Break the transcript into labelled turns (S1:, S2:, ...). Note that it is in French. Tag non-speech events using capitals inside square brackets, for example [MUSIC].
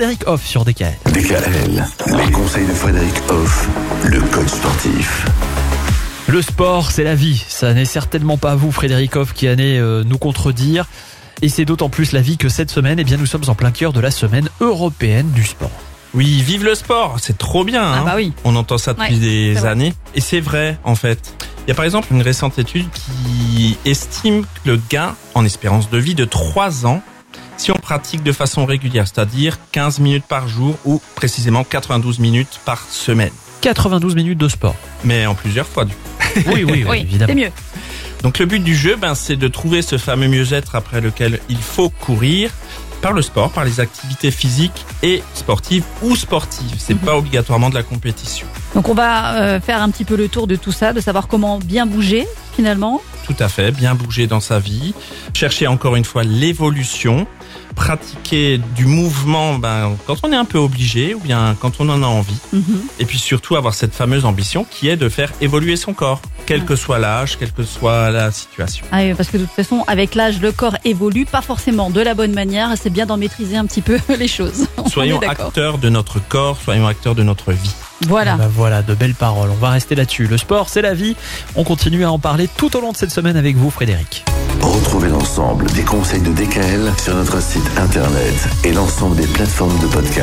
S1: Eric Off sur DKL.
S2: DKL, les conseils de Frédéric Hoff, le coach sportif.
S1: Le sport, c'est la vie. Ça n'est certainement pas vous, Frédéric Hoff, qui allez euh, nous contredire. Et c'est d'autant plus la vie que cette semaine, eh bien, nous sommes en plein cœur de la semaine européenne du sport.
S3: Oui, vive le sport, c'est trop bien.
S4: Ah
S3: hein.
S4: bah oui.
S3: On entend ça depuis
S4: Ouais,
S3: des
S4: c'est vrai.
S3: années. Et c'est vrai, en fait. Il y a par exemple une récente étude qui estime le gain en espérance de vie de 3 ans si on pratique de façon régulière, c'est-à-dire 15 minutes par jour ou précisément 92 minutes par semaine.
S1: 92 minutes de sport.
S3: Mais en plusieurs fois, du coup.
S1: Oui, oui, oui,
S4: Oui, c'est
S1: évidemment.
S4: mieux.
S3: Donc le but du jeu, ben, c'est de trouver ce fameux mieux-être après lequel il faut courir par le sport, par les activités physiques et sportives ou sportives. C'est
S4: Mhm.
S3: pas obligatoirement de la compétition.
S4: Donc on va euh, faire un petit peu le tour de tout ça, de savoir comment bien bouger finalement.
S3: Tout à fait, bien bouger dans sa vie, chercher encore une fois l'évolution, pratiquer du mouvement ben, quand on est un peu obligé ou bien quand on en a envie, et puis surtout avoir cette fameuse ambition qui est de faire évoluer son corps, quel que soit l'âge, quelle que soit la situation.
S4: Ah oui, parce que de toute façon, avec l'âge, le corps évolue, pas forcément de la bonne manière. C'est bien d'en maîtriser un petit peu [LAUGHS] les choses. On
S3: Soyons
S4: est d'accord.
S3: acteurs de notre corps, soyons acteurs de notre vie.
S4: Voilà.
S1: Eh ben voilà, de belles paroles. On va rester là-dessus. Le sport, c'est la vie. On continue à en parler tout au long de cette semaine avec vous, Frédéric.
S2: Retrouvez l'ensemble des conseils de DKL sur notre site internet et l'ensemble des plateformes de podcast.